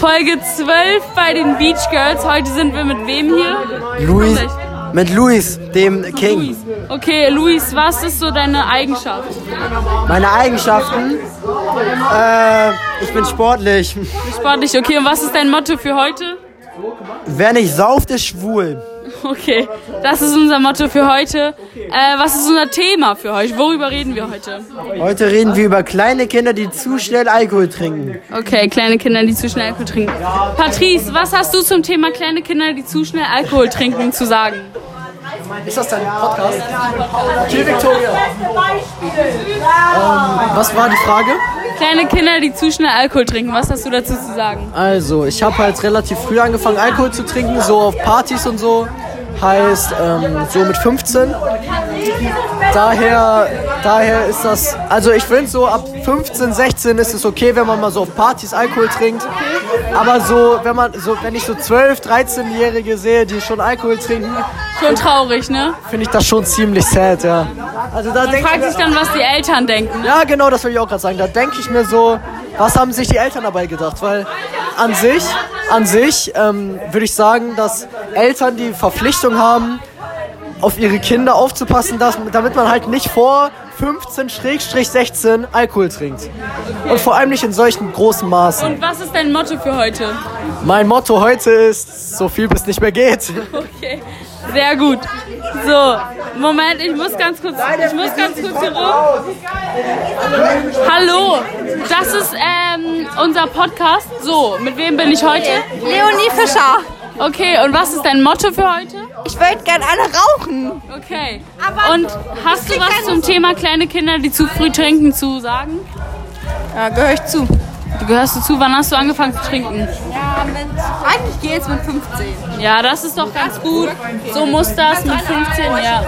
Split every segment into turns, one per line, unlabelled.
Folge 12 bei den Beach Girls. Heute sind wir mit wem hier?
Luis, mit Luis, dem King.
Luis. Okay, Luis, was ist so deine Eigenschaft?
Meine Eigenschaften? Äh, ich bin sportlich.
Sportlich, okay. Und was ist dein Motto für heute?
Wer nicht sauft, ist schwul.
Okay, das ist unser Motto für heute. Äh, was ist unser Thema für heute? Worüber reden wir heute?
Heute reden wir über kleine Kinder, die zu schnell Alkohol trinken.
Okay, kleine Kinder, die zu schnell Alkohol trinken. Patrice, was hast du zum Thema kleine Kinder, die zu schnell Alkohol trinken, zu sagen?
Ist das dein Podcast? Tschüss, Victoria. Ähm, was war die Frage?
Kleine Kinder, die zu schnell Alkohol trinken, was hast du dazu zu sagen?
Also, ich habe halt relativ früh angefangen, Alkohol zu trinken, so auf Partys und so. Heißt, ähm, so mit 15. Daher, daher ist das, also ich finde so ab 15, 16 ist es okay, wenn man mal so auf Partys Alkohol trinkt. Aber so, wenn man, so, wenn ich so 12, 13-Jährige sehe, die schon Alkohol trinken,
Schon traurig, ne?
finde ich das schon ziemlich sad, ja. Also da denke
Frag dich dann, was die Eltern denken.
Ja, genau, das will ich auch gerade sagen. Da denke ich mir so, was haben sich die Eltern dabei gedacht? Weil an sich, an sich ähm, würde ich sagen, dass Eltern die Verpflichtung haben, auf ihre Kinder aufzupassen, dass, damit man halt nicht vor 15-16 Alkohol trinkt. Und vor allem nicht in solchen großen Maßen.
Und was ist dein Motto für heute?
Mein Motto heute ist, so viel bis nicht mehr geht.
Okay, sehr gut. So, Moment, ich muss ganz kurz, ich muss ganz kurz hier rum. Hallo, das ist ähm, unser Podcast. So, mit wem bin ich heute?
Leonie Fischer.
Okay, und was ist dein Motto für heute?
Ich würde gern alle rauchen.
Okay.
Aber-
und hast du
kriegt
was
keiner
zum Thema kleine Kinder, die zu früh trinken, zu sagen?
Ja, gehöre ich zu.
Du gehörst dazu, wann hast du angefangen zu trinken?
Ja, mit, eigentlich geht's mit 15.
Ja, das ist doch ganz gut. So muss das mit 15, ja.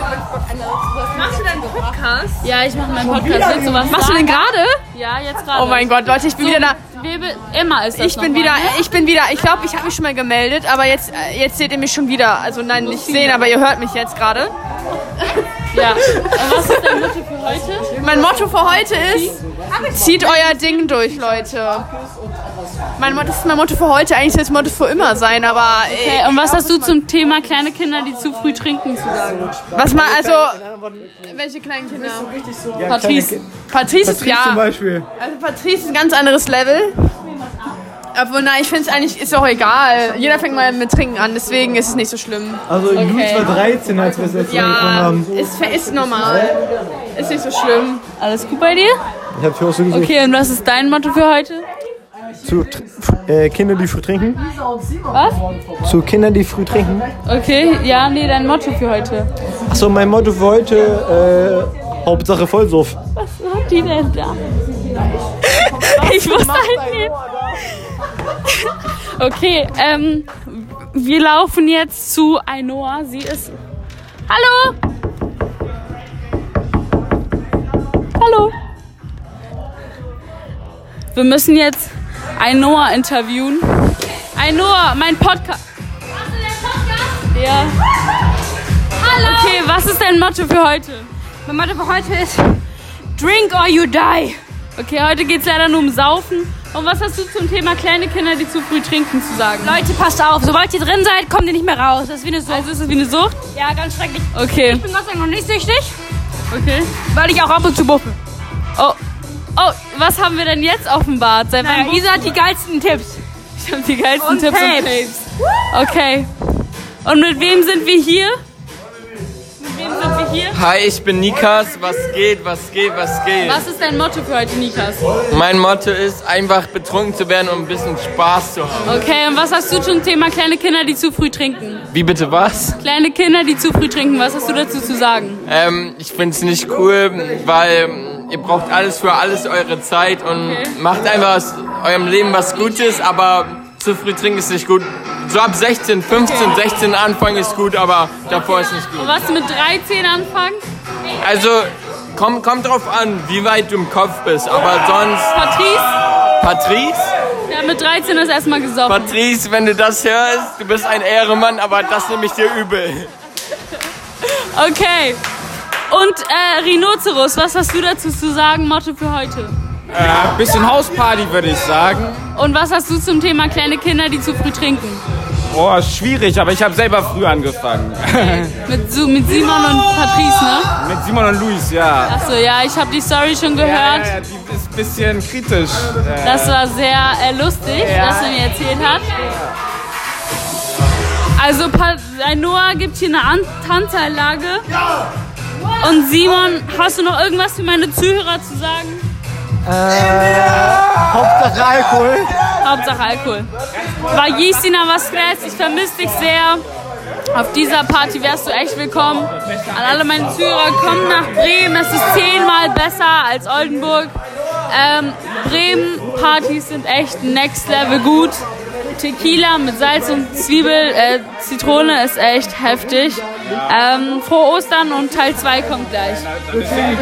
Machst du deinen Podcast?
Ja, ich mache meinen Podcast. Willst du was
Machst du
sagen?
denn gerade?
Ja, jetzt gerade.
Oh mein Gott, Leute, ich bin wieder da.
Webe, immer ist das
Ich bin
nochmal,
wieder,
ne?
ich bin wieder, ich glaube, ich habe mich schon mal gemeldet, aber jetzt, äh, jetzt seht ihr mich schon wieder. Also nein, nicht sehen, aber ihr hört mich jetzt gerade.
Ja. Und was ist dein Motto für heute?
Mein Motto für heute ist, zieht euer Ding durch, Leute. Mein Motto das ist mein Motto für heute, eigentlich soll das Motto für immer sein, aber äh,
Okay, und was hast du zum Thema kleine Kinder, die zu früh trinken, zu sagen?
was man, also, welche kleinen Kinder?
Patrice.
Patrice ist ja,
Beispiel.
also Patrice ist ein ganz anderes Level. Obwohl, nein, ich finde es eigentlich, ist auch egal. Jeder fängt mal mit Trinken an, deswegen ist es nicht so schlimm.
Also Julius war 13, als wir das letzte Mal angefangen
Ja,
haben.
ist, ist normal. Ist nicht so schlimm.
Alles gut bei dir?
Ich habe hier auch so gesagt,
Okay, und was ist dein Motto für heute?
zu tr- äh, Kinder, die früh trinken.
Was?
Zu Kindern, die früh trinken.
Okay, ja, nee, dein Motto für heute.
Achso, mein Motto für heute, äh, Hauptsache Vollsuff.
Habt ihr denn da? Ich muss einnehmen. Okay, ähm, wir laufen jetzt zu Ainoa. Sie ist. Hallo! Hallo! Wir müssen jetzt Ainoa interviewen. Ainoa, mein Podcast. Ja. Hallo! Okay, was ist dein Motto für heute?
Mein Motto für heute ist Drink or you die.
Okay, heute geht es leider nur um Saufen. Und was hast du zum Thema kleine Kinder, die zu früh trinken, zu sagen?
Leute, passt auf. Sobald ihr drin seid, kommt ihr nicht mehr raus. Das ist wie eine Sucht.
Also ist es wie eine Sucht?
Ja, ganz schrecklich.
Okay,
Ich bin Gott sei Dank noch nicht süchtig,
okay.
weil ich auch ab und zu buffe.
Oh, oh was haben wir denn jetzt offenbart? Seit
Naja,
wann
Isa hat die geilsten Tipps.
ich hab die geilsten
Und
Tipps und Tapes.
Tapes.
Okay. Und mit wem sind wir hier? Mit wem sind wir hier?
Hi, ich bin Nikas. Was geht, was geht, was geht?
Was ist dein Motto für heute, Nikas?
Mein Motto ist, einfach betrunken zu werden und ein bisschen Spaß zu haben.
Okay, und was hast du zum Thema kleine Kinder, die zu früh trinken?
Wie bitte was?
Kleine Kinder, die zu früh trinken, was hast du dazu zu sagen?
Ähm, ich find's nicht cool, weil ähm, ihr braucht alles für alles eure Zeit und macht einfach aus eurem Leben was Gutes, aber zu früh trinken ist nicht gut. So ab 16, 15, 16 anfangen ist gut, aber davor ist nicht
Und
gut.
was mit 13 anfangen?
Also, komm, kommt drauf an, wie weit du im Kopf bist, aber sonst...
Patrice?
Patrice?
Ja, mit 13 ist erstmal gesoffen.
Patrice, wenn du das hörst, du bist ein Ehrenmann, aber das nehme ich dir übel.
Okay. Und äh, Rhinoceros, was hast du dazu zu sagen, Motto für heute?
Äh, bisschen Hausparty, würde ich sagen.
Und was hast du zum Thema kleine Kinder, die zu früh trinken?
Boah, Oh, schwierig, aber ich habe selber früh angefangen.
Mit, Su- mit Simon und Patrice, ne?
Mit Simon und Luis, ja.
Achso, ja, ich habe die Story schon
Ja,
gehört.
ja, ja, die ist ein bisschen kritisch.
Das war sehr äh, lustig, was er mir erzählt hat. Also Pa- äh, Noah gibt hier eine An Tanzeinlage. Und Simon, hast du noch irgendwas für meine Zuhörer zu sagen?
Hauptsache Alkohol.
Hauptsache Alkohol. War Jesina was lässt, ich vermisse dich sehr. Auf dieser Party wärst du echt willkommen. An alle meine Zuhörer, kommt nach Bremen. Es ist zehnmal besser als Oldenburg. Ähm, Bremen-Partys sind echt next level gut. Tequila mit Salz und Zwiebel, äh, Zitrone ist echt heftig. Ähm, frohe Ostern und Teil 2 kommt gleich.